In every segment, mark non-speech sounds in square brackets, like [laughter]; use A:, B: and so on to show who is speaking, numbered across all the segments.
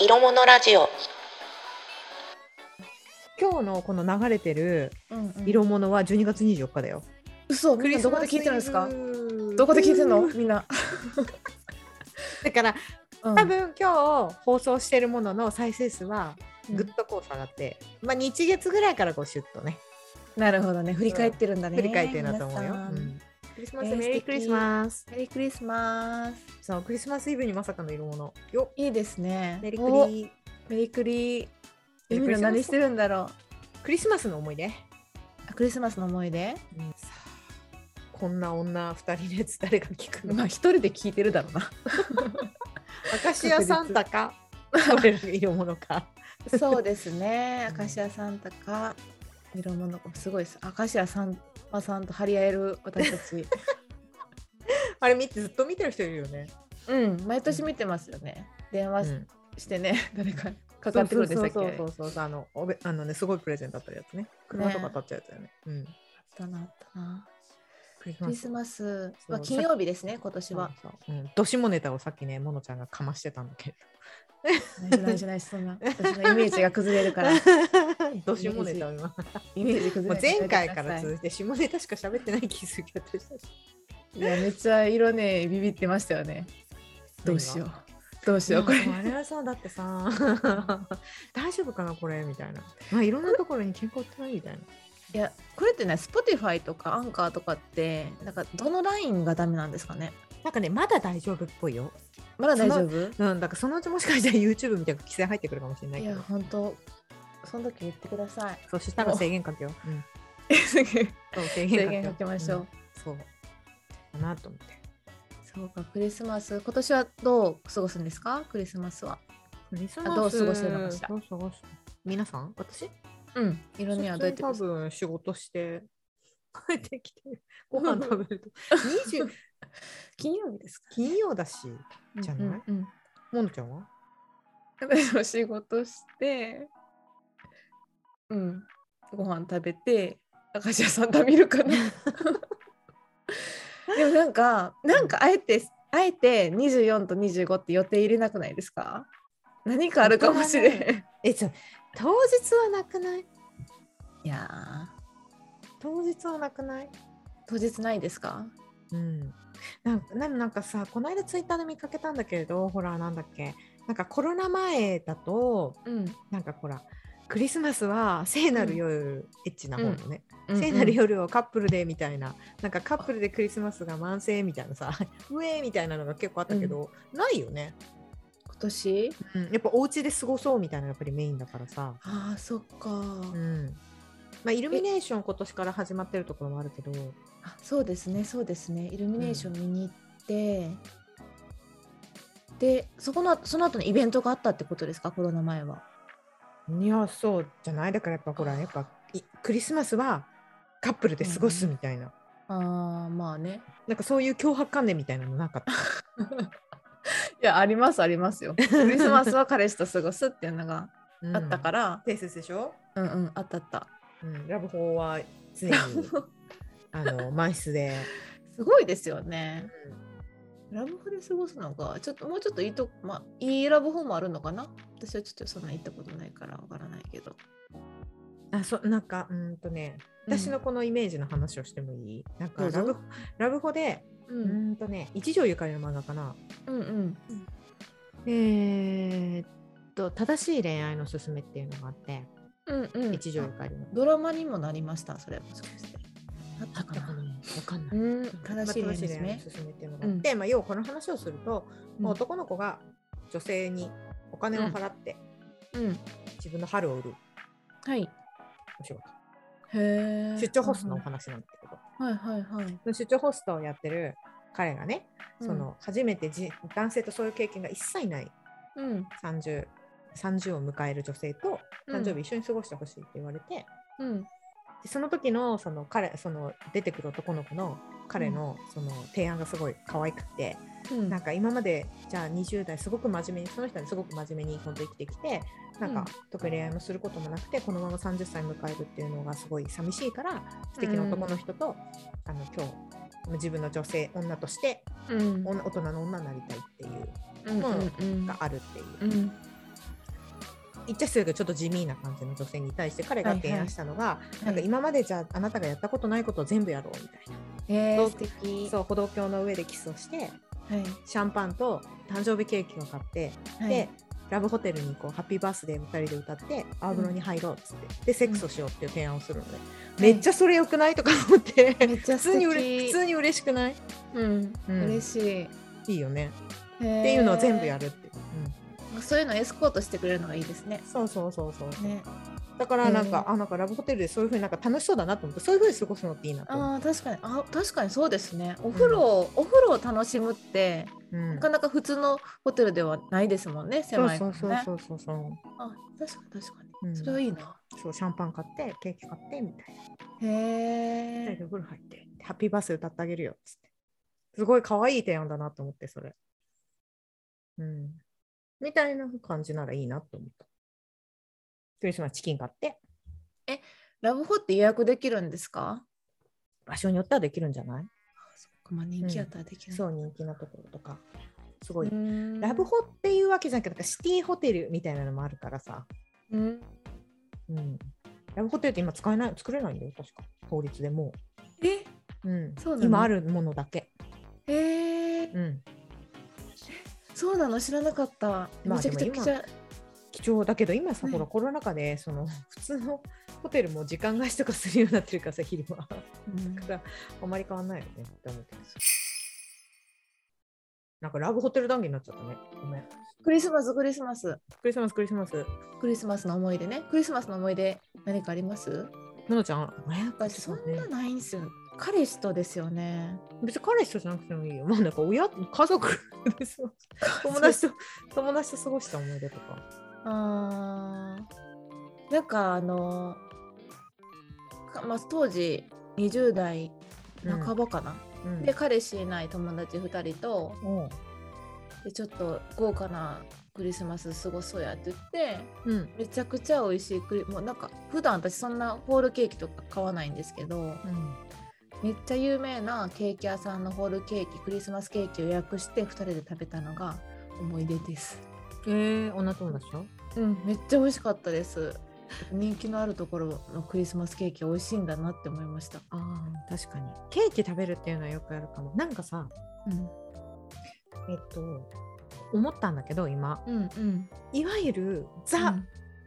A: 色物ラジオ
B: 今日のこの流れてる
C: うんうん
B: 色物は12月24日だよ。
C: 嘘みんなどこで聞いてるんですかどこで聞いてるのみんな、
B: だから
C: うん
B: 多分今日放送してるものの再生数はぐっとこう下がって、まあ日月ぐらいからこうシュッとね
C: なるほどね振り返ってるんだね
B: 振り返ってるなと思うよ。
C: 皆さん
B: うんクリスマ
C: えー
B: スメリークリスマス。
C: メリークリスマス
B: そうクリスマスイブにまさかの色物。よ
C: いいですね
B: メリ
C: お
B: クリ
C: メリクリ
B: メ
C: え
B: リ
C: み
B: ク
C: ん
B: リスマス
C: な何してるんだろ
B: クリスマスの思い出。
C: うクリスマスの思い出
B: さあこんな女二人のやつ誰が聞くの
C: まあ一人で聞いてるだろうな
B: 明石家サンタか俺 [laughs] らの色物か。
C: そうですね
B: うん
C: 明石家さんとか色物すごいです明石家さんまさんと張り合える私たち
B: あれ見てずっと見てる人いるよね。
C: [laughs] うん毎年見てますよね電話し
B: うん
C: してね、 [laughs] 誰か
B: そ
C: かか
B: う
C: って
B: そう
C: くる
B: ん
C: でした
B: そ
C: っ
B: う
C: け
B: そうそうそうあのおべあのねすごいプレゼントだったやつね車とか立っちゃうやつだよねうん
C: だなだな
B: クリス
C: クリスマスは
B: そう
C: 金曜日ですね今年
B: そう
C: は
B: そううんどしもネタをさっきねものちゃんがかましてたんだけ
C: ないしないしないしそんな私のイメージが崩れる [laughs] から
B: どどしもネタを今
C: イメージ崩
B: もう
C: れない
B: 前回から
C: い
B: 続いて下ネタしか喋ってない気づきだったし
C: やめっちゃ色ねビビってましたよねどうしようどうしようこれ
B: いやあれはさだってさ大丈夫かなこれみたいなまあいろんなところに健康ってないみたいない
C: やこれってね Spotify とかアンカーとかってなんかどのラインがダメなんですかね
B: なんかねまだ大丈夫っぽいよ
C: まだ大丈夫
B: うんだからそのうちもしかしたら YouTube みたいな規制入ってくるかもしれない
C: い
B: け
C: や
B: ど
C: 本当その時言ってください [laughs]
B: そしたら制限かけよう、うんそう制限
C: 制限かけましょう
B: そうかなと思って
C: そうかクリスマス今年はどう過ごすんですかクリスマスは
B: クリス
C: マスどう過ごしてるのかしら
B: どう過ごして皆さん私
C: うん色にはどうやって
B: 普
C: 過ご
B: 通
C: す
B: に多分仕事して帰って
C: [laughs]
B: きてご飯食べると20
C: 金曜日ですか
B: 金曜だしじゃない
C: うんうんうん
B: モノちゃんは
C: 私も仕事して、うん、ご飯食べて、明石家さん食べ
B: [laughs]
C: るかな。でもなんか、なんかあえて、あえて24と25って予定入れなくないですか何かあるかもしれ
B: 本当
C: ん。
B: えじゃ当日はなくない
C: いや
B: 当日はなくない
C: ー、当日ないですか
B: うんなんかなんなんかさこの間ツイッターで見かけたんだけれどほらなんだっけなんかコロナ前だと
C: うん。
B: なんかほらクリスマスは聖なる夜、エッチな方のね、聖な
C: な
B: る
C: るよ。
B: 夜をカップルでみたいななんかカップルでクリスマスが満世みたいなさ [laughs] ウェーみたいなのが結構あったけど、ないよね、
C: 今年
B: うん、やっぱお家で過ごそうみたいなのがやっぱりメインだからさ、
C: ああ、そっか、
B: うんまあ、イルミネーション今年から始まってるところもあるけど
C: あ。そうですね、そうですね。イルミネーション見に行って、で、そこの後その後のイベントがあったってことですか、コロナ前は。
B: いやそうじゃないだからやっぱほらやっぱいクリスマスはカップルで過ごすみたいな、
C: ああまあね。
B: なんかそういう脅迫観念みたいなのなかった
C: [laughs] いやありますあります [laughs] よ。クリスマスは彼氏と過ごすっていうのがあったからら、
B: 定説でしょ、
C: うん、うんあったあった。
B: うん、ラブホは常にあの満室
C: [laughs]
B: で、
C: すごいですよね。ラブホで過ごすのがちょっともうちょっといいとまあいいラブホもあるのかな。私はちょっとそんな行ったことないからわからないけど。
B: あそなんかうんとね私のこのイメージの話をしてもいい、なんか
C: どうぞ
B: ラブラブホで
C: う
B: うんんとね一条ゆかりの漫画かな
C: うんうん
B: えー、っと正しい恋愛のすすめっていうのがあって、
C: うんうん。
B: 一条ゆかりの。
C: ドラマにもなりましたそれもしかして。あったかな。
B: わかんな
C: う
B: い。
C: ん正しい
B: まあ
C: で
B: 恋
C: す
B: 愛の
C: ね。
B: すすめっていうのがあって、まあ、要はこの話をすると、
C: うん
B: まあ男の子が女性にお金を払って
C: うん
B: 自分の春を売る
C: はい。へ
B: お仕事、
C: え。
B: 出張ホストのお話なんだけど、
C: はいはいはい。
B: 出張ホストをやってる彼がね、その初めてじ男性とそういう経験が一切ない
C: うんうん
B: 30, 30を迎える女性と誕生日一緒に過ごしてほしいって言われて、で
C: うん
B: その時のその彼その出てくる男の子の彼のその提案がすごい可愛くて、
C: うん
B: なんか今までじゃあ20代すごく真面目にその人にすごく真面目に本当生きてきてなんか、
C: うん
B: 特に恋愛もすることもなくてこのまま30歳迎えるっていうのがすごい寂しいから素敵な男の人と、あの今日自分の女性女として
C: うん
B: 女大人の女になりたいっていう
C: うん
B: も
C: うん
B: があるっていう。
C: うん
B: 言っちゃ失礼だけどちょっと地味な感じの女性に対して彼が提案したのが、なんか
C: はい
B: 今までじゃあなたがやったことないことを全部やろうみたいな、
C: え
B: ど
C: ー、
B: う
C: 素敵
B: そう歩道橋の上でキスをして
C: はい
B: シャンパンと誕生日ケーキを買って、
C: はい、
B: でラブホテルにこうハッピーバースデー2人で歌って青風呂に入ろうっつって、でセックスをしようっていう提案をするので、めっちゃそれ良くないとか思って
C: めっちゃ
B: 普
C: 素
B: 通にうれ
C: 敵
B: 普通に嬉しくない、
C: うん、
B: うん
C: 嬉しい、っ
B: いいよね、
C: て
B: っていうのを全部や
C: る
B: るっていう、
C: そういうのエスコートしてくれるのがいいですね
B: うん、そうそうそうそう
C: ね
B: だからなんか、
C: へー
B: あなんかラブホテルでそういうふうになんか楽しそうだなと思ってそういうふうに過ごすのっていいなと思っ
C: あー確かにあ確かにそうですねお風呂を、お風呂を楽しむって
B: て、うん
C: なかなか普通のホテルではないですもんね
B: そう
C: 狭いか
B: そ
C: ら
B: う
C: ね
B: そうそうそうそう
C: あ確かに確かに、
B: うん
C: それはいいな
B: そうシャンパン買ってケーキ買ってみたいな
C: へ
B: 二人で
C: え
B: お風呂入ってハッピーバースデー歌ってあげるよっつってすごい可愛い提案だなと思ってそれうんみたいな感じならいいなと思ったクリスマスチキン買って
C: ラブホって予約できるんですか
B: 場所によってはできるんじゃない
C: そっかまあ人気やったらできる、
B: そう人気なところとかすごい、
C: ん
B: ラブホっていうわけじゃなくてなんかシティホテルみたいなのもあるからさ、
C: うん
B: うん、ラブホテルって今使えない作れないんだよ確か法律でも
C: え
B: う、うん
C: そうなの
B: 今あるものだけ、
C: へえ
B: うん、
C: そうなの知らなかった
B: まあ
C: めちゃくちゃ
B: でも
C: く
B: 今
C: ちゃ
B: 貴重だけど今さ、
C: うん
B: ほらコロナ禍でその普通のホテルも時間貸しとかするようになってるからさ昼間だ
C: うん
B: からあんまり変わんないよねって思ってるなんかラブホテル談義になっちゃったねごめん
C: クリスマスクリスマス
B: クリスマスクリスマス
C: クリスマスの思い出ねクリスマスの思い出何かあります
B: ののちゃんあれやっぱり
C: 私そんなないんですよ彼氏とですよね
B: 別に彼氏とじゃなくてもいいよ。まあなんか親家族ですよ。友達と友達と過ごした思い出とか。
C: あーなんかあのかまあ、当時20代半ばかな、
B: うん
C: で彼氏いない友達2人と
B: うん
C: でちょっと豪華なクリスマス過ごそうやって言って
B: うん
C: めちゃくちゃ美味しいクリもうなんか普段私そんなホールケーキとか買わないんですけど
B: うん
C: めっちゃ有名なケーキ屋さんのホールケーキクリスマスケーキを予約して2人で食べたのが思い出です。
B: えー、女友達と
C: うん、めっちゃ美味しかったです。人気のあるところのクリスマスケーキ美味しいんだなって思いました。
B: ああ確かにケーキ食べるっていうのはよくやるかもなんかさ
C: うん、
B: えっと思ったんだけど今
C: うん、うん。
B: いわゆるザ、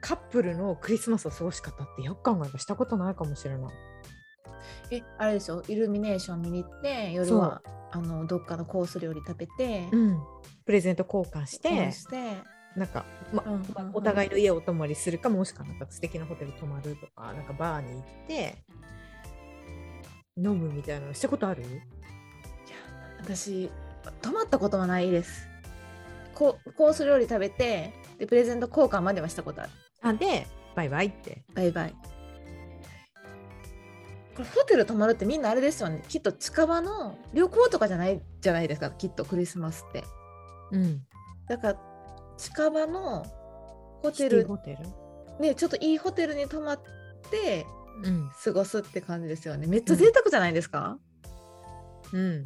B: カップルのクリスマスの過ごし方ってよく考えればしたことないかもしれない
C: え、あれでしょイルミネーション見に行って、夜はあのどっかのコース料理食べて。
B: んプレゼント交換して、
C: で、して、
B: なんか、ま
C: うん
B: ま
C: うんうん
B: お互いの家をお泊まりするかもしくはなんか素敵なホテル泊まるとかなんかバーに行って飲むみたいなのしたことある
C: 私泊まったことはないです。こうコース料理食べて、でプレゼント交換まではしたことある。
B: あでバイバイって
C: バイバイ。これホテル泊まるってみんなあれですよね。きっと近場の旅行とかじゃないじゃないですか。きっとクリスマスって。
B: うん
C: だから近場のホ
B: ホ
C: テル
B: ホテル
C: ねちょっといいホテルに泊まって
B: うん
C: 過ごすって感じですよね。めっちゃ贅沢じゃないですか。
B: うん
C: めっ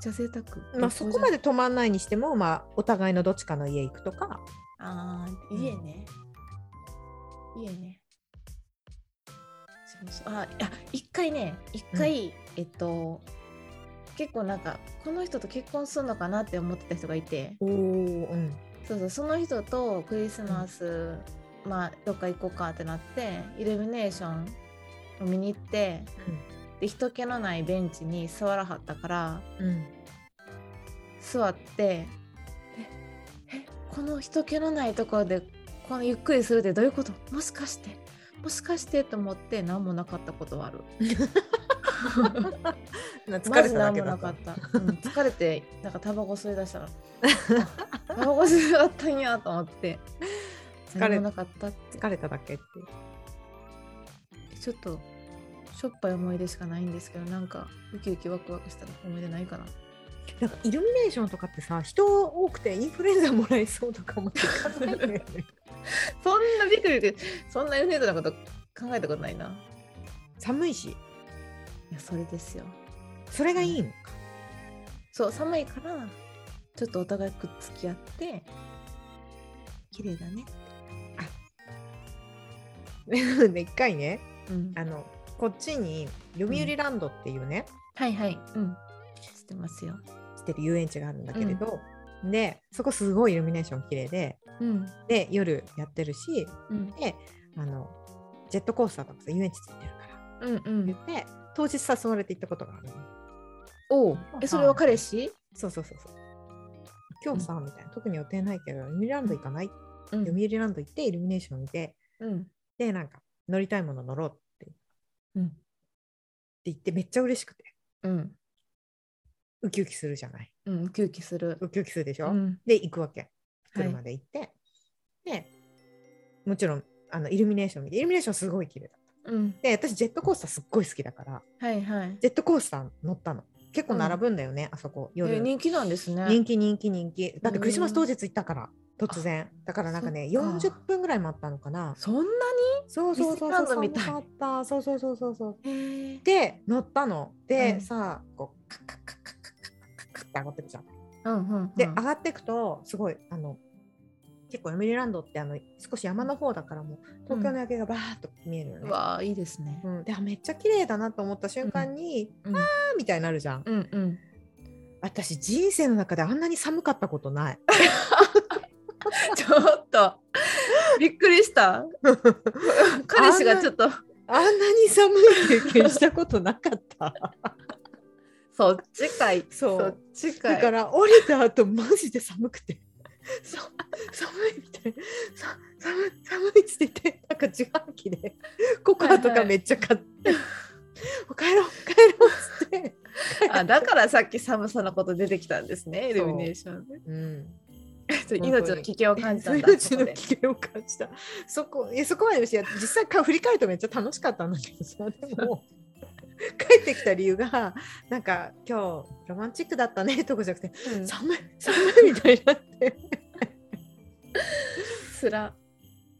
C: ちゃ贅沢。
B: まあそこまで泊まんないにしてもまあお互いのどっちかの家行くとか
C: ああ、
B: うん
C: 家ね。家ね。そうそうあ、あ一回ね、一回、えっと、結構なんか、この人と結婚するのかなって思ってた人がいて、
B: おーうん
C: そうそう、その人とクリスマス、まあ、どっか行こうかってなって、イルミネーションを見に行って、で、人気のないベンチに座らはったから、
B: うん
C: 座ってええこの人気のないところでこのゆっくりするってどういうこともしかしてもしかしてと思って何もなかったことはある
B: な疲
C: マ
B: れ
C: ジ
B: ただ
C: 何
B: け
C: も
B: だ
C: な
B: った
C: かった、 [laughs] うん疲れてなんかタバコ吸い出 [laughs] したからタバコ吸いだったんやと思って
B: 疲れ
C: 何もなかったって
B: 疲れただけっていう
C: ちょっとしょっぱい思い出しかないんですけどなんかウキウキワクワクした思い出ないかな
B: なんかイルミネーションとかってさ人多くてインフルエンザもらえそうとかもって考えないんだよ [laughs] ね
C: [laughs] そんなびっくりでそんなユニートなこと考えたことないな
B: 寒いし
C: いやそれですよ
B: それがいいのか。
C: そう寒いからちょっとお互いくっつき合って綺麗だね
B: [laughs] で一回ね
C: うん
B: あのこっちに読売ランドっていうね、
C: はいはい。うん。知ってますよ。
B: 知ってる遊園地があるんだけれど、でそこすごいイルミネーション綺麗で
C: うん。
B: で夜やってるし
C: うん。
B: であのジェットコースターとかさ遊園地ついてるから
C: うんう
B: 言
C: ん。
B: って当日誘われて行ったことがあるの
C: おうえ、それは彼氏
B: そうそうそうそう今日さ、みたいな特に予定ないけど読売ランド行かない、
C: う
B: 読
C: ん。
B: 売ランド行ってイルミネーション見て
C: うん。
B: でなんか乗りたいもの乗ろうって
C: うん。
B: 言ってめっちゃ嬉しくて
C: うん。
B: ウキウキするじゃない
C: うん。休憩する。
B: ウキウキするでし
C: う
B: ょ、
C: ん。
B: で行くわけ
C: はい
B: 車で行って、でもちろんあのイルミネーション見てイルミネーションすごい綺麗だった
C: うん。
B: で私ジェットコースターすっごい好きだから
C: はいはい。
B: ジェットコースター乗ったの結構並ぶんだよね、あそこ夜
C: え人気なんですね。
B: 人気人気人気だってクリスマス当日行ったから突然だからなんかね
C: そっか
B: 40分ぐらい待ったのかな
C: そんなに
B: そうそうそう
C: ディズニーラン
B: そ
C: ド
B: う
C: みたい
B: 寒かったそうそうそうそうそう
C: へえ。
B: で乗ったので、
C: うん
B: さこうカッカッカッカッカッカッカッカッって上がってくじゃん
C: うんうんうん。
B: で、上がっていくとすごいあの結構エミリーランドってあの少し山の方だからもう東京の夜景がバーっと見えるよね。
C: わあ、いいですね。
B: うんであめっちゃ綺麗だなと思った瞬間に、
C: うん
B: あーみたいになるじゃん。
C: うんうん。
B: 私人生の中であんなに寒かったことない。
C: [laughs] ちょっと。びっくり [laughs] した。彼氏がちょっと。
B: あんなに寒い経験したことなかった。
C: そっちかい。
B: そう
C: そっちかい。
B: だから降りた後マジで寒くて。 [laughs] そ寒いみたいなさ寒い寒いっつって言ってなんか自販機でココアと
C: はい
B: か
C: はい
B: めっちゃ買って「お帰ろう帰ろう」っつって、
C: あ、だからさっき寒さのこと出てきたんですね。イルミ
B: [laughs]
C: ネーションで。
B: うん、
C: ちょっと命の危険を感じたん [laughs] だ。
B: 命
C: そこ
B: の
C: で
B: 危険を感じたそこえそこまでし実際か振り返るとめっちゃ楽しかったんだけどさで
C: [laughs]
B: も帰ってきた理由がなんか今日ロマンチックだったねとかじゃなくて
C: うん
B: 寒い寒いみたいになって。
C: つら。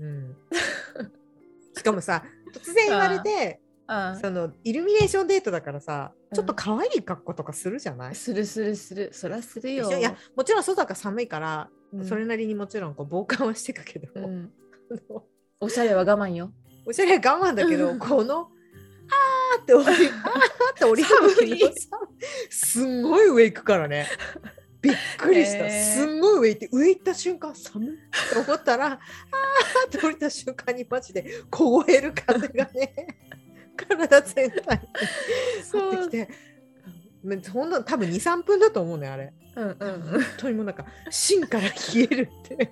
B: うん、しかもさ突然言われて
C: あ
B: そのイルミネーションデートだからさ
C: うん
B: ちょっと可愛い格好とかするじゃない、
C: あ。するするする。そらする
B: でし
C: よ
B: ょ。いやもちろん外が寒いから、
C: うん
B: それなりにもちろんこう防寒はしていくけど、
C: うん。
B: [laughs] あの
C: おしゃれは我慢よ。
B: おしゃれは我慢だけど、
C: うん
B: この「あー」って折り「あー」って折りた時
C: 寒
B: のさすんごい上行くからねびっくりした、
C: へー
B: すんごい上行って上行った瞬間寒いって思ったら「あー」って降りた瞬間にマジで凍える風がね [laughs] 体全体に
C: そ
B: 入ってきて。ねほんの多分23分だと思うねあれ
C: うんうん [laughs] うん。
B: 本当にもうなんか芯から冷えるって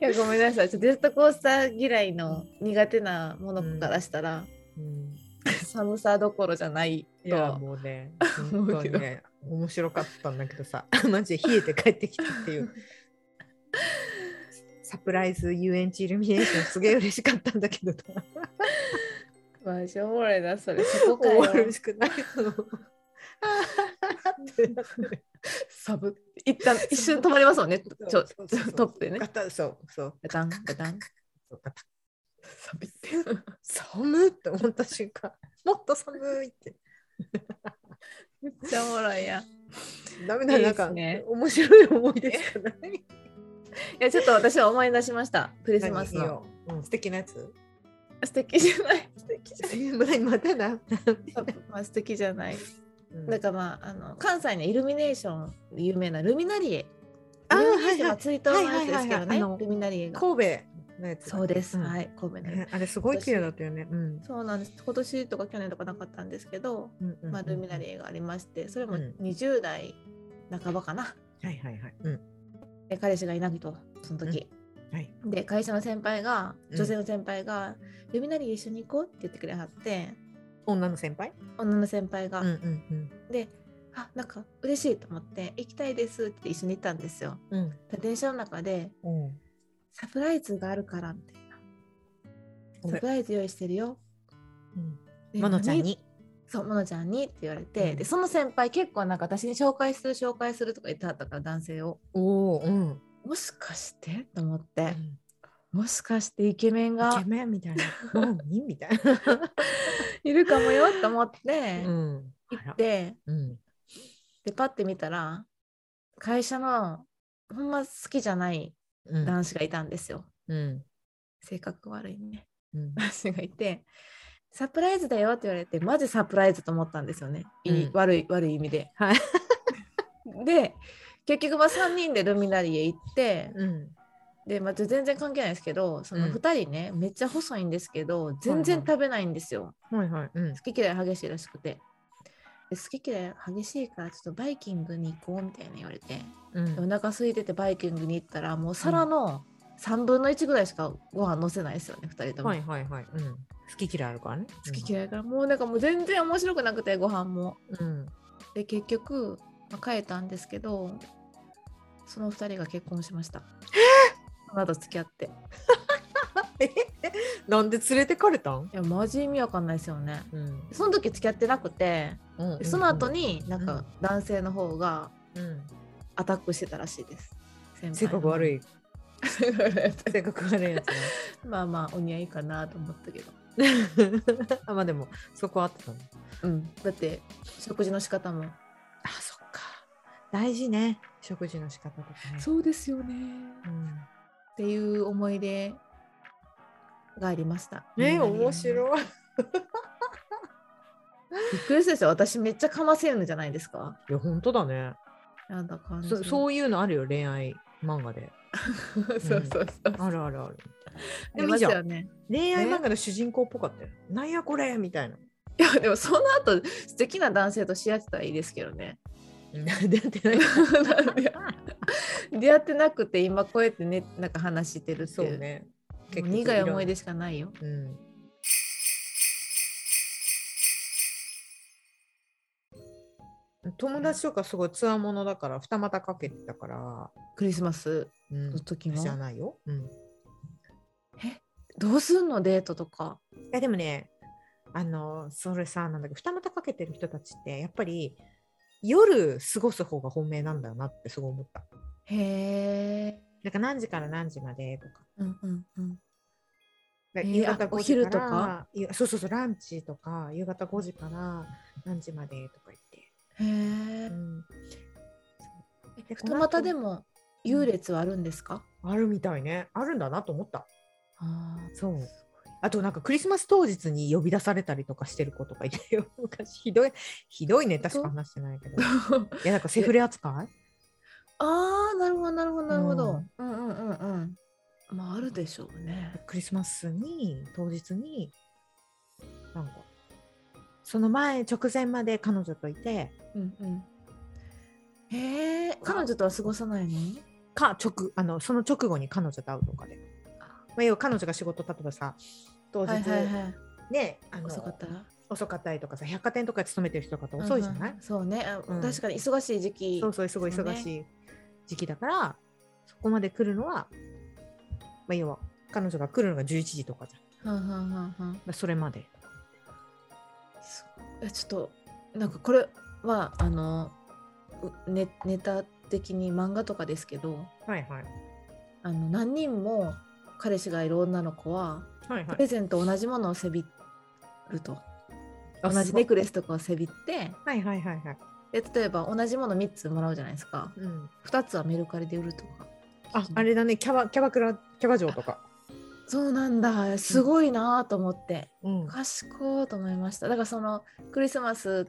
C: いやごめんなさい。ちょっとジェットコースター嫌いの苦手なものからしたら、
B: うん
C: 寒さどころじゃない
B: いや
C: と。
B: もう [laughs] ね
C: 思
B: 本
C: うけど
B: 当にね面白かったんだけど [laughs] さマジで冷えて帰ってきたって [laughs] いうサプライズ遊園地イルミネーションすげえ嬉しかったんだけどな
C: マジおもろいなそれ。そこか
B: もう
C: よ
B: 嬉。しくないの [laughs] ってなってる
C: サブ。一旦一瞬止まりますもんね。ちょちょ
B: そうそうそう
C: トップでね
B: ガ。タそうそう
C: ガタンガ
B: [laughs]
C: タン。
B: そうガタ
C: サブって。
B: 寒って思った瞬間もっと寒いって
C: めっちゃおもろいやん。い
B: ダメだ
C: いい
B: な
C: で
B: んか
C: すね
B: 面白い思い出しかない
C: やちょっと私は思い出しました。クリスマス
B: 何いい
C: の。
B: ようん素敵なやつ
C: 素敵じゃない。素敵じ
B: またな
C: ゃない。まあ素敵じゃない。
B: うん
C: なんかまああの関西のイルミネーション有名なルミナリエ。
B: あー
C: イルミネーションは追悼のやつですけ
B: はいはいはいはい
C: どね
B: あの。
C: ルミナリエが。
B: 神戸のやつだ
C: そうです。
B: ん
C: はい。神戸のや
B: ねあれすごい綺麗だったよね。うん
C: つ。そうなんです。今年とか去年とかなかったんですけど、
B: うんうん
C: まあルミナリエがありまして、それも
B: うん
C: 20代半ばかな。
B: はいはいはい。うん
C: で彼氏がいないとその時。
B: はい。
C: で会社の先輩が
B: うん
C: 女性の先輩が、ルミナリエ一緒に行こうって言ってくれはって、
B: 女の先輩。
C: 女の先輩が、
B: うんうん
C: で。あなんか嬉しいと思って行きたいですって一緒に行ったんですよ。
B: うん。うん
C: で電車の中で
B: うん。
C: サプライズがあるからみたい
B: ごめ
C: な。サ
B: ん
C: プライズ用意してるよ。で
B: まのちゃん。
C: 何
B: に。
C: そう、モノちゃんにって言われて、
B: うん
C: で、その先輩結構なんか私に紹介する、紹介するとか言ってはったから、男性を。
B: おお。うん。
C: もしかしてと思って、もしかしてイケメン
B: イ
C: が
B: ケメンみたいな。も [laughs] ういいみたいな。
C: いるかもよと思って、
B: ん。
C: 行って、
B: うん。
C: で、パッて見たら、会社のほんま好きじゃない
B: うん。
C: 男子がいたんですよ。
B: うん。
C: 性格悪いね。
B: うん
C: 私がいてサプライズだよって言われてマジサプライズと思ったんですよね、いい
B: うん
C: 悪い悪い意味で。
B: はい
C: で結局まあ3人でルミナリエ行って
B: うん
C: で、まあ、全然関係ないですけどその
B: うん
C: 2人ね、めっちゃ細いんですけど全然食べないんですよ。
B: はいはい。うん。
C: 好き嫌い激しいらしくて。で好き嫌い激しいからちょっとバイキングに行こうみたいに言われて
B: う
C: でお
B: ん、
C: 腹空いててバイキングに行ったらもう皿の3分の1ぐらいしかご飯のせないですよね2人とも、
B: はいはいはい。うん。好き嫌いあるからね。
C: 好き嫌いからもうなんかもう全然面白くなくてご飯も
B: うん。
C: で結局、まあ、帰ったんですけどその2人が結婚しましたその後付き合って
B: [laughs] なんで連れてかれたん
C: いやマジ意味わかんないですよね
B: うん。
C: その時付き合ってなくてでその後、になんか男性の方が
B: うん、
C: アタックしてたらしいです。
B: 性格悪 [laughs] い。
C: い。
B: 性格悪いやつ
C: まあまあお似合いかなと思ったけど。
B: [laughs] ねあまあでも、そこは合ってたの。
C: うん、だって食事の仕方も。
B: あ、そっか。大事ね。食事の仕方とかね。
C: そうですよね。
B: うん
C: っていう思い出がありました。
B: ね、
C: うん
B: 面白い。
C: びっくりですよ。私めっちゃかませるんじゃないですか。
B: いや、本当だね。
C: なんだ感じ。
B: そ
C: [laughs]
B: そういうのあるよ、恋愛漫画で。
C: うそうそうそう。
B: あるあるある。
C: あ
B: で
C: り
B: もい
C: ま
B: い
C: し
B: じ
C: た
B: ゃ
C: よ
B: ん。
C: ね。
B: 恋愛漫画の主人公っぽかったよ。なんやこれみたいな。
C: いやでもその後素敵な男性と知り合ってたらいいですけど
B: [laughs]
C: ね。
B: [laughs] 出会ってない。
C: なんで出会ってなくて今こうやってねなんか話してるって
B: そ
C: いう
B: うね。
C: もう
B: 結局
C: 苦い思い
B: ろ
C: 出しかないよ。
B: んな。うん。友達とかすごいツアーものだから二股かけてたから、
C: クリスマス
B: うん
C: の、時も
B: じゃないよ。うん、い
C: どうすんのデートとか。
B: やでもね、あのそれさなんだっけ二股かけてる人たちってやっぱり夜過ごす方が本命なんだよなってすごい思った。
C: へえ。
B: なんか何時から何時までとか。
C: うんうんうん。
B: だ
C: えー
B: 夕
C: あ
B: 方
C: お
B: 5時
C: 昼
B: から
C: とか
B: いやそうそうそうランチとか夕方5時から何時までとか言って、
C: へ
B: う
C: え。
B: ん、でこ
C: 二
B: の後
C: 股でも優劣はあるんですか？
B: あるみたいねあるんだなと思った
C: あ
B: そう
C: [laughs] あ。
B: あとなんかクリスマス当日に呼び出されたりとかしてる子とかいて [laughs] よ昔ひどいひどいネタしか話してないけ [laughs] どいやなんかセフレ扱い
C: ああ、なるほどなるほどなるほ
B: う
C: ど
B: ん。
C: うんうんうんうん。まああるでしょうね。
B: クリスマスに当日になんかその前直前まで彼女といて
C: うんうん。へえ。彼女とは過ごさないの？
B: か直あのその直後に彼女と会うとかで、まあ、要は彼女が仕事例えばさ当日、
C: はいはいはい。
B: ねあの
C: 遅かったら。
B: 遅かったりとかさ百貨店とか勤めてる人とかって遅いじゃない、
C: うんうんそうね。あ
B: うん
C: 確かに忙しい時期。
B: そうそうすごい忙しい時期だから、そこまで来るのは、まあ、要は彼女が来るのが11時とかじゃん、
C: はんはんはんはん。
B: まあ、それまで
C: そうえちょっとなんかこれはあのうネネタ的に漫画とかですけど
B: はいはい
C: あの何人も彼氏がいる女の子は
B: はいは
C: プレゼント同じものをせびると、
B: あ
C: 同
B: す
C: じ
B: ごい
C: ネックレスとかをせびって
B: はいはいはいはい、
C: で例えば同じもの3つもらうじゃないですか
B: うん、
C: 2つはメルカリで売るとか
B: ああれだねキャバキャバクラキャバ嬢とか、
C: そうなんだすごいなと思って、
B: うん、
C: 賢いと思いましただからそのクリスマス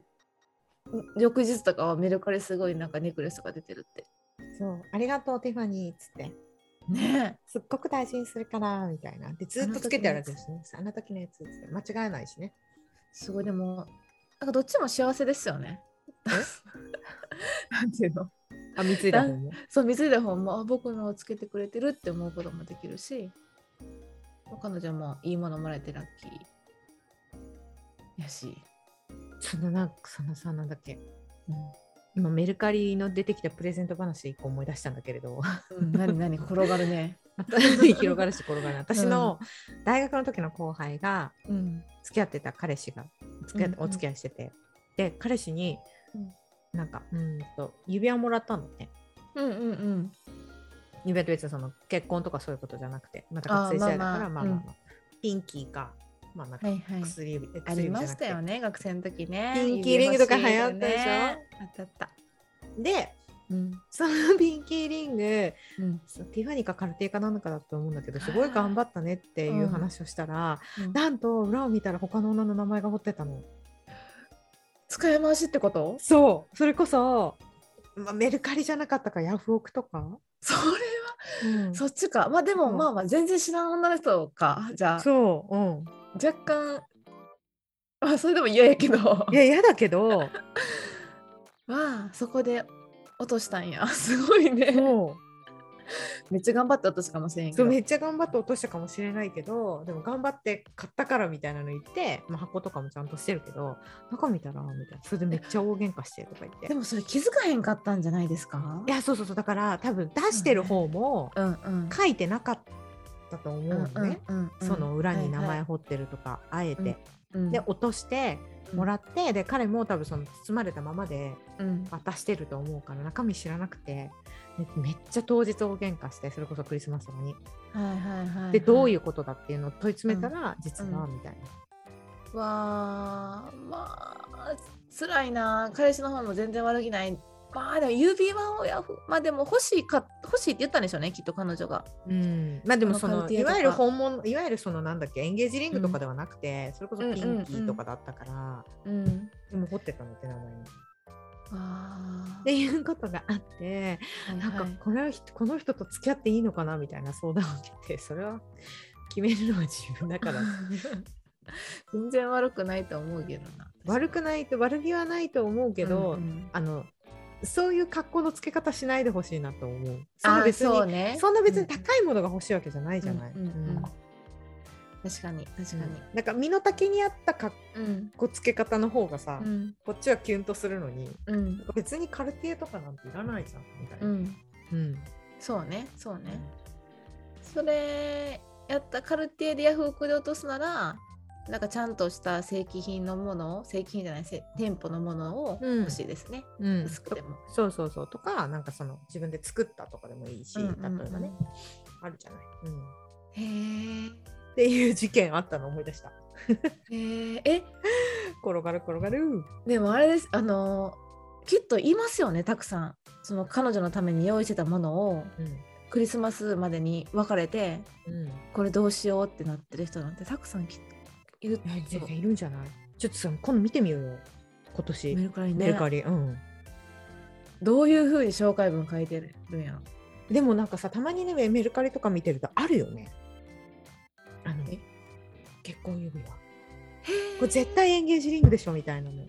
C: 翌日とかはメルカリすごいなんかネックレスとか出てるって
B: そうありがとうティファニーっつって
C: ねえ
B: すっごく大事にするからみたいなでずっとつけてあるんですねあの時のやつって間違えないしね
C: すごいでもなんかどっちも幸せですよね。 [laughs] なんていうの
B: あ見つい
C: た
B: た
C: 方
B: も
C: そう見ついた方もあ僕のをつけてくれてるって思うこともできるし彼女もいいものもらえてラッキーやし、
B: そのなんかそのさなんだっけ
C: う
B: 今メルカリの出てきたプレゼント話一個思い出したんだけれど
C: ん、何何転がるね。
B: [laughs] 広がるし転がる私の大学の時の後輩が
C: [laughs] うん、
B: 付き合ってた彼氏が付き合って
C: うんう
B: お
C: ん
B: 付き合いしててで彼氏に
C: うん
B: なんかうーんと指輪もらったのね
C: うんうんうん
B: 指輪って別にその結婚とかそういうことじゃなくてまた学生時代だから
C: あ
B: ま
C: ーま
B: あ
C: あまあ
B: まあまあピンキーかまあなんか
C: はいはい。
B: 薬指、
C: あ
B: 薬指じゃなく
C: り
B: て
C: ましたよね学生の時ね。
B: ピンキーリングとか流行ったでしょ
C: 指欲いよねあったあった。
B: で
C: うん
B: その [laughs] ピンキーリング
C: うん
B: そうティファニーかカルティエかなんかだと思うんだけどすごい頑張ったねっていう話をしたら、
C: うん
B: なんと裏を見たら他の女の名前が彫ってたの。
C: 使い回しってこと
B: そうそれこそ、まあ、メルカリじゃなかったかヤフオクとか、
C: それは
B: うん
C: そっちかまあでも
B: うん
C: まあまあ全然知らん女の人かじゃあ
B: そう、うん、
C: 若干まあそれでも嫌やけど
B: いや嫌だけ [laughs] ど
C: わあそこで落としたんや [laughs] すごいね
B: も
C: めっちゃ頑張って落とすかもしれん
B: う
C: け
B: そう
C: ど
B: めっちゃ頑張って落としたかもしれないけどでも頑張って買ったからみたいなの言って、まあ、箱とかもちゃんとしてるけど中見たらみたいなそれでめっちゃ大喧嘩してとか言って
C: で。もそれ気づかへんかったんじゃないですか
B: いやそうそうそうだから多分出してる方も
C: うんうん
B: 書いてなかったと思う
C: うん
B: のね、
C: うんうん
B: その裏に名
C: はい
B: 前
C: は
B: 彫ってるとか、あえて、
C: うんい
B: で落としてもらって、で彼も多分その包まれたままで
C: うん
B: 渡してると思うから中身知らなくてでめっちゃ当日大喧嘩してそれこそクリスマスとかに、
C: はいはいはいはい
B: でどういううことだっていうのを問い詰めたら、実はみたいな、
C: わあまあ辛いな彼氏の方も全然悪気ないまあでも指輪をやふまあでも欲しいか欲しいって言ったんでしょうねきっと彼女が
B: うんまあでもそ
C: あのカ
B: の
C: ルティ
B: い
C: エとか
B: わゆる本物いわゆるそのなんだっけエンゲージリングとかではなくて、それこそピンキーとかだったから、
C: うん
B: でも掘ってたのって名前に。
C: あ
B: っていうことがあって、なんかこれはひこの人と付き合っていいのかなみたいな相談を受けて [laughs] それは決めるのは自分だから
C: [laughs] 全然悪くないと思うけどな
B: 悪くないと悪気はないと思うけど、
C: うんうん
B: あのそういう格好のつけ方しないでほしいなと思う。そん
C: あ
B: な別
C: そう
B: に
C: ね
B: そんな別に
C: う
B: 高いものが欲しいわけじゃないじゃない。
C: うんうん
B: うん
C: うん確かに確かに
B: なんか身の丈に合った格
C: うん
B: 好つけ方の方がさ、
C: うん
B: こっちはキュンとするのに
C: うん
B: 別にカルティエとかなんていらないじゃんみたいうな。
C: ん
B: うん
C: そうねそうねそれやったカルティエでヤフオクで落とすならなんかちゃんとした正規品のものを正規品じゃないせ店舗のものを
B: うん
C: 欲しいですね、
B: うん
C: 薄くても、
B: そうそうそうとかなんかその自分で作ったとかでもいいし、
C: うんうんうん
B: 例えばねあるじゃない、うん、っ
C: へ
B: ていう事件あったの思い出した [laughs]
C: えへええ
B: 転がる転がる
C: でもあれですあのきっと言いますよねたくさんその彼女のために用意してたものを
B: うん
C: クリスマスまでに別れて
B: うん
C: これどうしようってなってる人なんてたくさんきっといる
B: え
C: そう
B: 全然いるんじゃないちょっとさ今度見てみようよ今年
C: メルカリね
B: メルカリ、うん
C: どういうふうに紹介文書いてるんやろ
B: でもなんかさたまにねメルカリとか見てるとあるよねあの
C: え
B: 結婚指輪こ
C: へ
B: れ絶対エンゲージリングでしょみたいなの
C: へ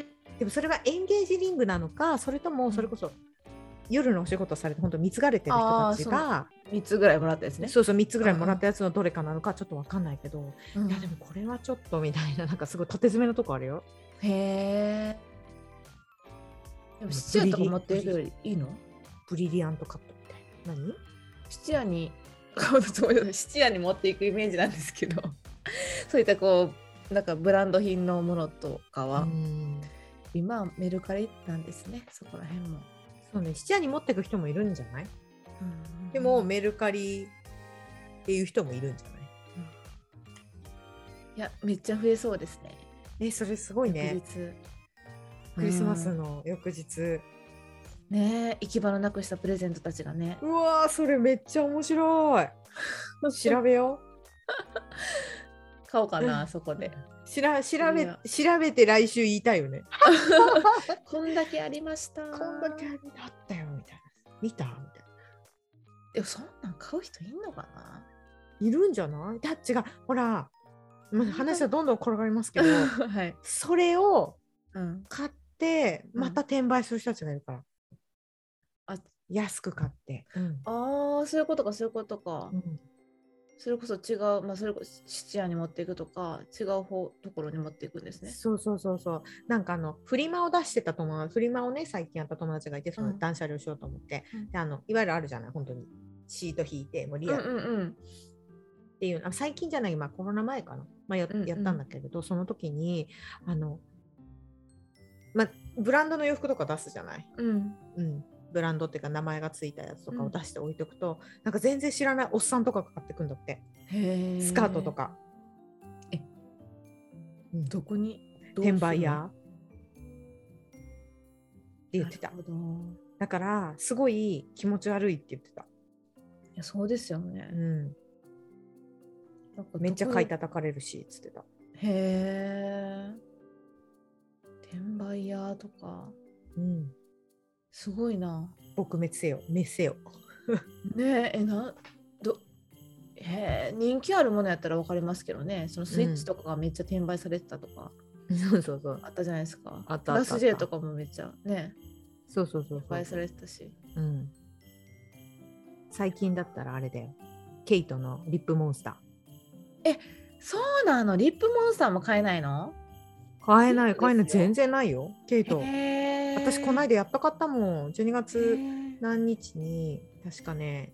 C: え
B: でもそれはエンゲージリングなのかそれともそれこそ夜のお仕事されて本当貢がれてる人たちが
C: 3つぐらいもらったですね
B: そうそう3つぐらいもらったやつのどれかなのかちょっとわかんないけど、
C: うん
B: いやでもこれはちょっとみたいななんかすごい縦詰めのとこあるよ
C: へえ。で
B: も
C: も質屋と
B: ブ
C: か
B: リリ
C: 持ってるよりいいの
B: ブリリアントカットみたいな何
C: 質屋に [laughs] 質屋に持っていくイメージなんですけど [laughs] そういったこうなんかブランド品のものとかは、
B: うん
C: 今はメルカリなんですねそこら辺も。
B: そうね質屋に持ってく人もいるんじゃないでもメルカリっていう人もいるんじゃない
C: いやめっちゃ増えそうですね。
B: えそれすごいね
C: 翌日
B: クリスマス
C: うん
B: の翌日
C: ねえ行き場のなくしたプレゼントたちがね
B: うわーそれめっちゃ面白い調べよう
C: 買おうか
B: う
C: なんそこで
B: しら調
C: いい
B: べ
C: よ
B: 調べて来週言いたいよね
C: こんだけありました
B: こんだけあったよみたいな見たみたいな
C: でもそんなん買う人いんのかない
B: るんじゃないだって違うほらまあ話はどんどん転がりますけ
C: [laughs]
B: ど
C: はい、
B: それを
C: うん、
B: 買ってまた転売する人たちがいるから、
C: あ
B: 安く買って、うん
C: ああそういうことかそういうことか、
B: うん
C: それこそ違う、まあ、それこそ質屋に持っていくとか違う方ところに持っていくんですね
B: そうそうそうそうなんかあのフリマを出してた友達フリマをね最近やった友達がいてその
C: うん
B: 断捨離をしようと思って、
C: うん
B: であのいわゆるあるじゃない本当にシート引いてもうリアル
C: うんうん
B: っていう、あ最近じゃない、まあ、コロナ前かな、まあや
C: うんうん
B: やったんだけれどその時にあの、まあ、ブランドの洋服とか出すじゃない、
C: うんうん
B: うん、ブランドっていうか名前がついたやつとかを出して置いておくと、なんか全然知らないおっさんとかが買ってくんだって
C: へ
B: スカートとか、
C: え
B: うん
C: どこに
B: 転売屋言ってた
C: なる。ほど
B: だから、すごい気持ち悪いって言ってた。
C: いやそうですよね
B: う。ん。
C: なんか
B: めっちゃ買い
C: どこ
B: 叩かれるし、つってた。
C: へえ。転売屋とか、
B: うん。
C: すごいな。
B: 撲滅せよ、滅せよ。
C: ねえ、えな、ど、へえ、人気あるものやったらわかりますけどね、そのスイッチとかがめっちゃ転売されてたとか、
B: [laughs] そうそうそう。
C: あったじゃないですか。
B: あった
C: プ
B: あ
C: ラ
B: ったあ
C: ス
B: った
C: J とかもめっちゃね、
B: そうそうそう
C: 転
B: そう
C: 売されてたし。
B: うん。最近だったらあれだよ。ケイトのリップモンスタ
C: そうなの、リップモンスターも買えないの
B: ー。買えない、
C: そう
B: 買え
C: ですよ
B: ない、全然ないよ。ケイト。
C: へえ。
B: 私、こないいだやっと買ったもん。12月
C: だ。
B: 何日に、確かね、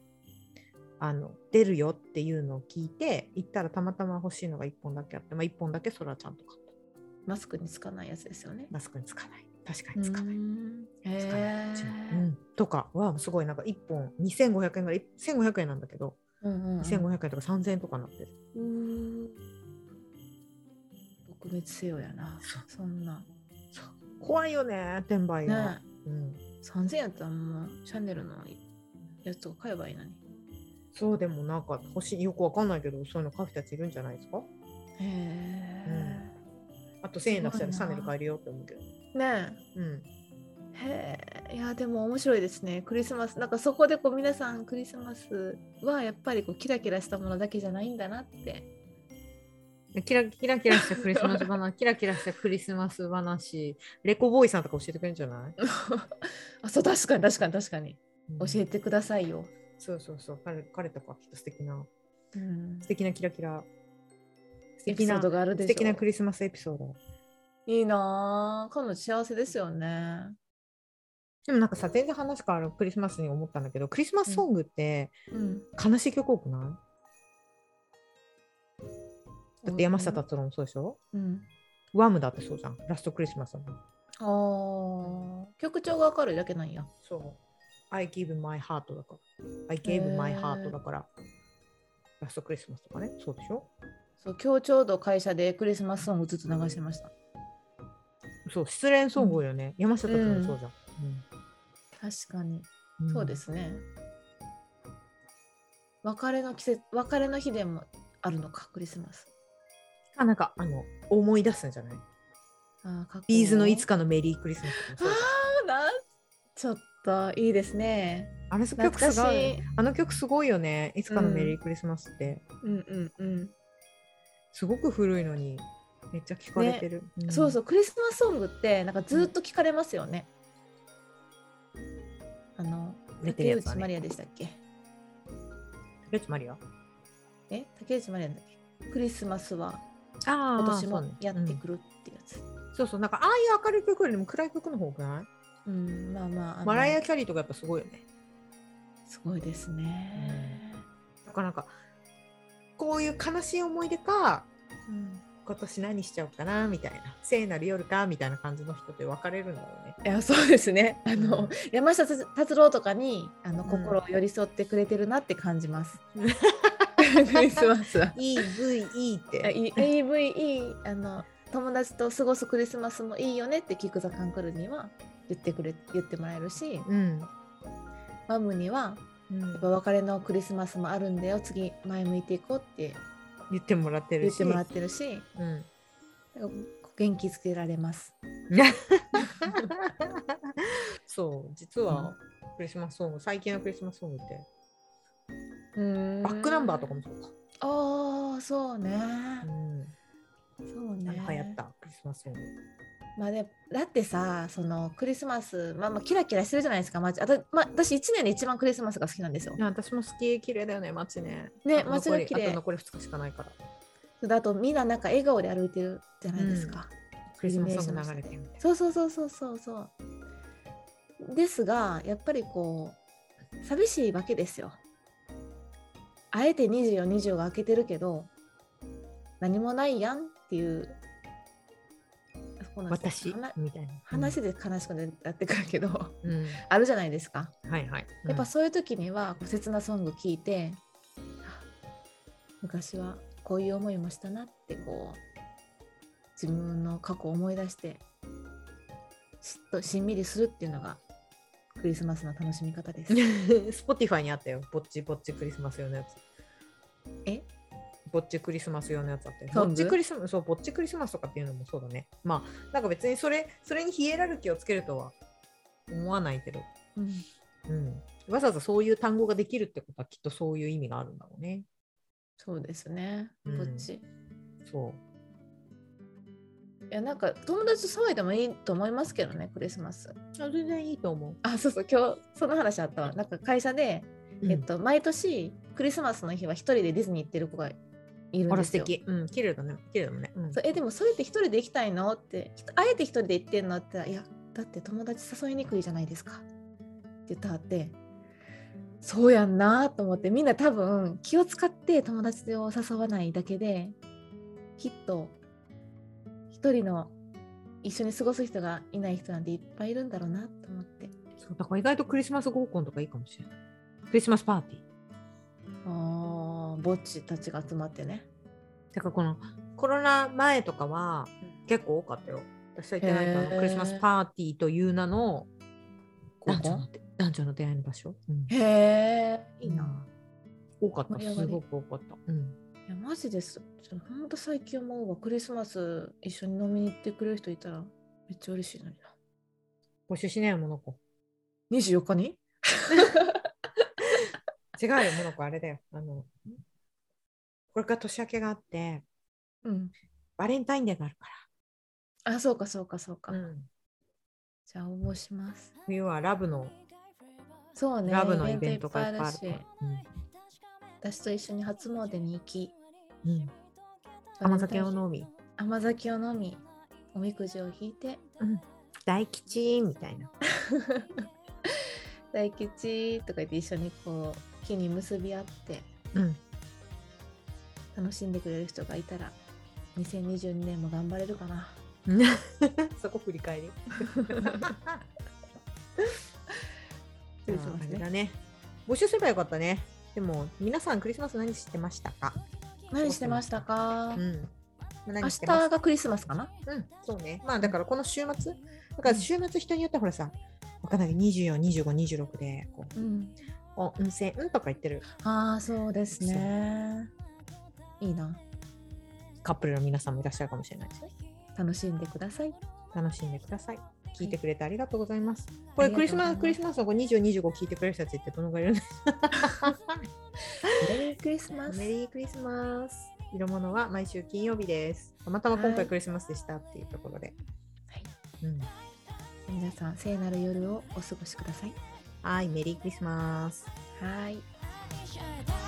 B: あの、出るよっていうのを聞いて、行ったらたまたま欲しいのが1本だけあって、まあ1本だけそれはちゃんと買った。
C: マスクにつかないやつですよね。
B: マスクにつかない。確かにつかない。
C: へ
B: つかない。うちもう
C: え。
B: ん、とかはすごいなんか1本2500円ぐらい1500円なんだけど、
C: うんうんうん
B: 2500円とか3000円とかになってる
C: うーん撲滅せよやな
B: そう
C: そんな
B: 怖いよね転売
C: ね
B: は、うん、
C: 3000やったらもうシャネルのやつとか買えばいいのに
B: そうでもなんか欲しいよくわかんないけどそういうの買う人たちいるんじゃないですか
C: へえ、
B: あと1000円出したら
C: す
B: シ
C: ごいな
B: ャネル買えるよって思うけど
C: ね
B: うん
C: えへえいやでも面白いですねクリスマスなんかそこでこう皆さんクリスマスはやっぱりこうキラキラしたものだけじゃないんだなって [laughs]
B: キラキラキラしたクリスマス話 [laughs] キラキラしたクリスマス話レコボーイさんとか教えてくれるんじゃない、
C: あそう確かに確かに確かに教え
B: て
C: てくださいよ、
B: そうそうそう彼彼とかきっと素敵な
C: うん
B: 素、敵なキラキラ素
C: エピ
B: 敵
C: ソ
B: な
C: ード
B: 素
C: があるでしょ
B: 敵なクリスマスエピソード
C: いいなあ彼女幸せですよね
B: でもなんかさ全然話変わるクリスマスに思ったんだけどクリスマスソングって
C: うん
B: 悲しい曲多くない、だって山下達郎もそうでしょ、
C: うん
B: ワームだってそうじゃん。ラストクリスマスだもん。
C: あー曲調が明るいだけなんや。
B: そう。I give my heart だから。I gave my
C: へー
B: heart だから。ラストクリスマスとかね。そうでしょ
C: そう今日ちょうど会社でクリスマスソングずっと流してました。
B: そう、失恋ソングよね。山下達郎もそうじゃん。
C: 確かに。
B: うん
C: そうで。すね。別れの季節、別れの日でもあるのか、クリスマス。
B: あなんか、あの、思い出すんじゃない
C: あーかっこいい
B: ビーズのいつかのメリークリスマスとかもそう
C: あ
B: じ
C: ーなんちょっといいですね。
B: ゃん。あれす
C: 懐
B: 曲
C: か
B: す
C: し
B: ごいよ
C: い
B: ね。。あの曲すごいよね。いつかのメリークリスマスって。
C: うんうんうん。
B: すごく古いのに、めっちゃ聞かれてる。ん
C: そうそう、クリスマスソングって、なんかずっと聞かれますよね。あの、
B: 寝てるやつ
C: 竹内
B: はね
C: まりやでしたっけ
B: 竹内まりや。
C: え竹内まりやだっけクリスマスは
B: あ
C: 今
B: あ、
C: 年
B: そう
C: も
B: ね
C: やってく
B: うん
C: るってやつ。
B: そうそう、なんか、ああいう明るい曲よりも暗い曲の方がない
C: うん、まあまああの。
B: マライア・キャリーとかやっぱすごいよね。
C: すごいですね。
B: だからなんかこういう悲しい思い出か
C: うん。
B: 今年何しちゃおうかなみたいな聖なる夜かみたいな感じの人って別れるんだろうね。
C: いや、そうですね。あ
B: う
C: の
B: ん、
C: 山下達郎とかに、あの、
B: うん
C: 心を寄り添ってくれてるなって感じます。クリスマスは。
B: EVE っ
C: あ
B: て。
C: [laughs] い AVE、あの、友達と過ごすクリスマスもいいよねってキクザカンクルには言ってくれ、言ってもらえるし、
B: うん。
C: マムには、
B: うん
C: やっぱ別れのクリスマスもあるんだよ、次前向いていこうって
B: 言ってもらってる
C: 言っ
B: して
C: もらってるし、
B: うん、
C: なんか元気づけられます。
B: そう実はクリスマスソング最近のクリスマスソングって
C: バ
B: バックナンバーとか
C: も
B: もそうか。
C: ああそうね
B: うん、
C: そう
B: なん
C: ね
B: か流行ったクリスマスソング。
C: まあでもだってさそのクリスマスまあまあキラキラしてるじゃないですか街あた、まあ、私1年で一番クリスマスが好きなんですよ
B: いや私も好き綺麗だよね街ね。
C: ね
B: あと
C: 街が綺
B: 残りあ
C: 麗
B: と残り2日しかないから。
C: だとみんななんか笑顔で歩いてるじゃないですか、
B: クリスマスソング流れてるみたいな。
C: そうそうそうそうそうそうですがやっぱりこう寂しいわけですよあえて2420が開けてるけど何もないやんっていうそうなんで
B: 私
C: すよ話
B: みたいな。
C: 話で悲しくなってくるけど、 [laughs]
B: うん、
C: あるじゃないですか。
B: はいはい。[laughs]
C: やっぱそういう時には、こう切なソング聞いて、あ昔はこういう思いもしたなってこう自分の過去を思い出してすっとしんみりするっていうのがクリスマスの楽しみ方です。
B: Spotify にあったよ。ぼっちぼっちクリスマス用のやつ。
C: え
B: ぼっちクリスマス用のやつあったよ。
C: ソ
B: ぼ
C: ング
B: っちクリスマス、そう、ぼっちクリスマスとかっていうのもそうだね。まあ、なんか別にそれ、それにヒエラルキーをつけるとは思わないけど、うん。わざわざそういう単語ができるってことはきっとそういう意味があるんだろうね。
C: そうですね。
B: うん
C: ぼっち。い
B: そ
C: やなんか友達と騒いでもいいと思いますけどねクリスマス。
B: う。あ全然いいと思う。
C: あそうそう今日その話あったわ。なんか会社で、えっと毎年クリスマスの日は一人でディズニー行ってる子がいる
B: あ
C: ん
B: ら
C: で
B: 素
C: すよ。
B: 敵。うん、綺麗だね。綺麗だもんね。うん
C: そうえでもそれって一人で行きたいのってひとあえて一人で行ってんのって言ったらいやだって友達誘いにくいじゃないですかって言ったはってそうやんなと思ってみんな多分気を使って友達を誘わないだけできっと一人の一緒に過ごす人がいない人なんていっぱいいるんだろうなと思って
B: そうだから意外とクリスマス合コンとかいいかもしれない。クリスマスパーティー。
C: あーぼっちたちが集まってね
B: だからこのコロナ前とかは
C: うん
B: 結構多かったよ。私は行ってないからあ
C: へー
B: のクリスマスパーティーという名の
C: 合コン
B: 男女の出男女の出会いの場所。うん
C: へえいいな、
B: 多かった、
C: 盛り上が
B: す
C: り
B: ごく多かった。うん、
C: いやマジです。ちょほんと最近思うわ。クリスマス一緒に飲みに行ってくれる人いたらめっちゃ嬉しいのにな。
B: 募集しないよ、モノコ。
C: 24日に
B: 違うよ、モノコ、あれだよ。 [laughs] あのこれから年明けがあって、
C: うん。
B: バレンタインデーがあるか
C: あ、そうかそうかそうか。
B: ら、うん
C: じゃあ応募します。
B: 冬はラブの、
C: そうね。
B: ラブのイベントがいっぱいある
C: イ
B: か
C: ベントいっぱいあ
B: ら
C: るし。
B: うん
C: 私と一緒に初詣に行き、
B: うん甘酒を飲み、
C: 甘酒を飲み、おみくじを引いて、
B: うん、大吉みたいな。
C: 大吉とか言って一緒にこう、木に結び合って
B: うん
C: 楽しんでくれる人がいたら、2022年も頑張れるかな。
B: [laughs] そこ振り
C: [laughs]
B: 返り。
C: クリスマスね
B: だね。募集すればよかったね。でも皆さんクリスマス何してましたか？
C: 何してましたか、
B: うん。
C: 明
B: 何して
C: 日
B: ます
C: がクリスマスかな
B: うん、そうね。まあだからこの週末、だから週末人によってはほらさ、わかんない24、25、26でこう、
C: うん。
B: おうんせんうんとか言ってる
C: ああ、そうですね。いいな。
B: カップルの皆さんもいらっしゃるかもしれないですね。
C: 楽しんでください。
B: 楽しんでください。聞いてくれてありがとうございます。これ
C: ありがと
B: ク
C: う
B: リスマス
C: ございます
B: クリスマスのこう20、25聞いてくれる人たちってどのぐらいいるん
C: [laughs] メリークリスマス。
B: メリークリスマス。色物は毎週金曜日です。たまたま今
C: は
B: 回
C: い
B: クリスマスでしたっていうところで。
C: はい
B: うん
C: 皆さん、聖なる夜をお過ごしください。
B: はい、メリークリスマス。
C: はい。
A: 愛し合えた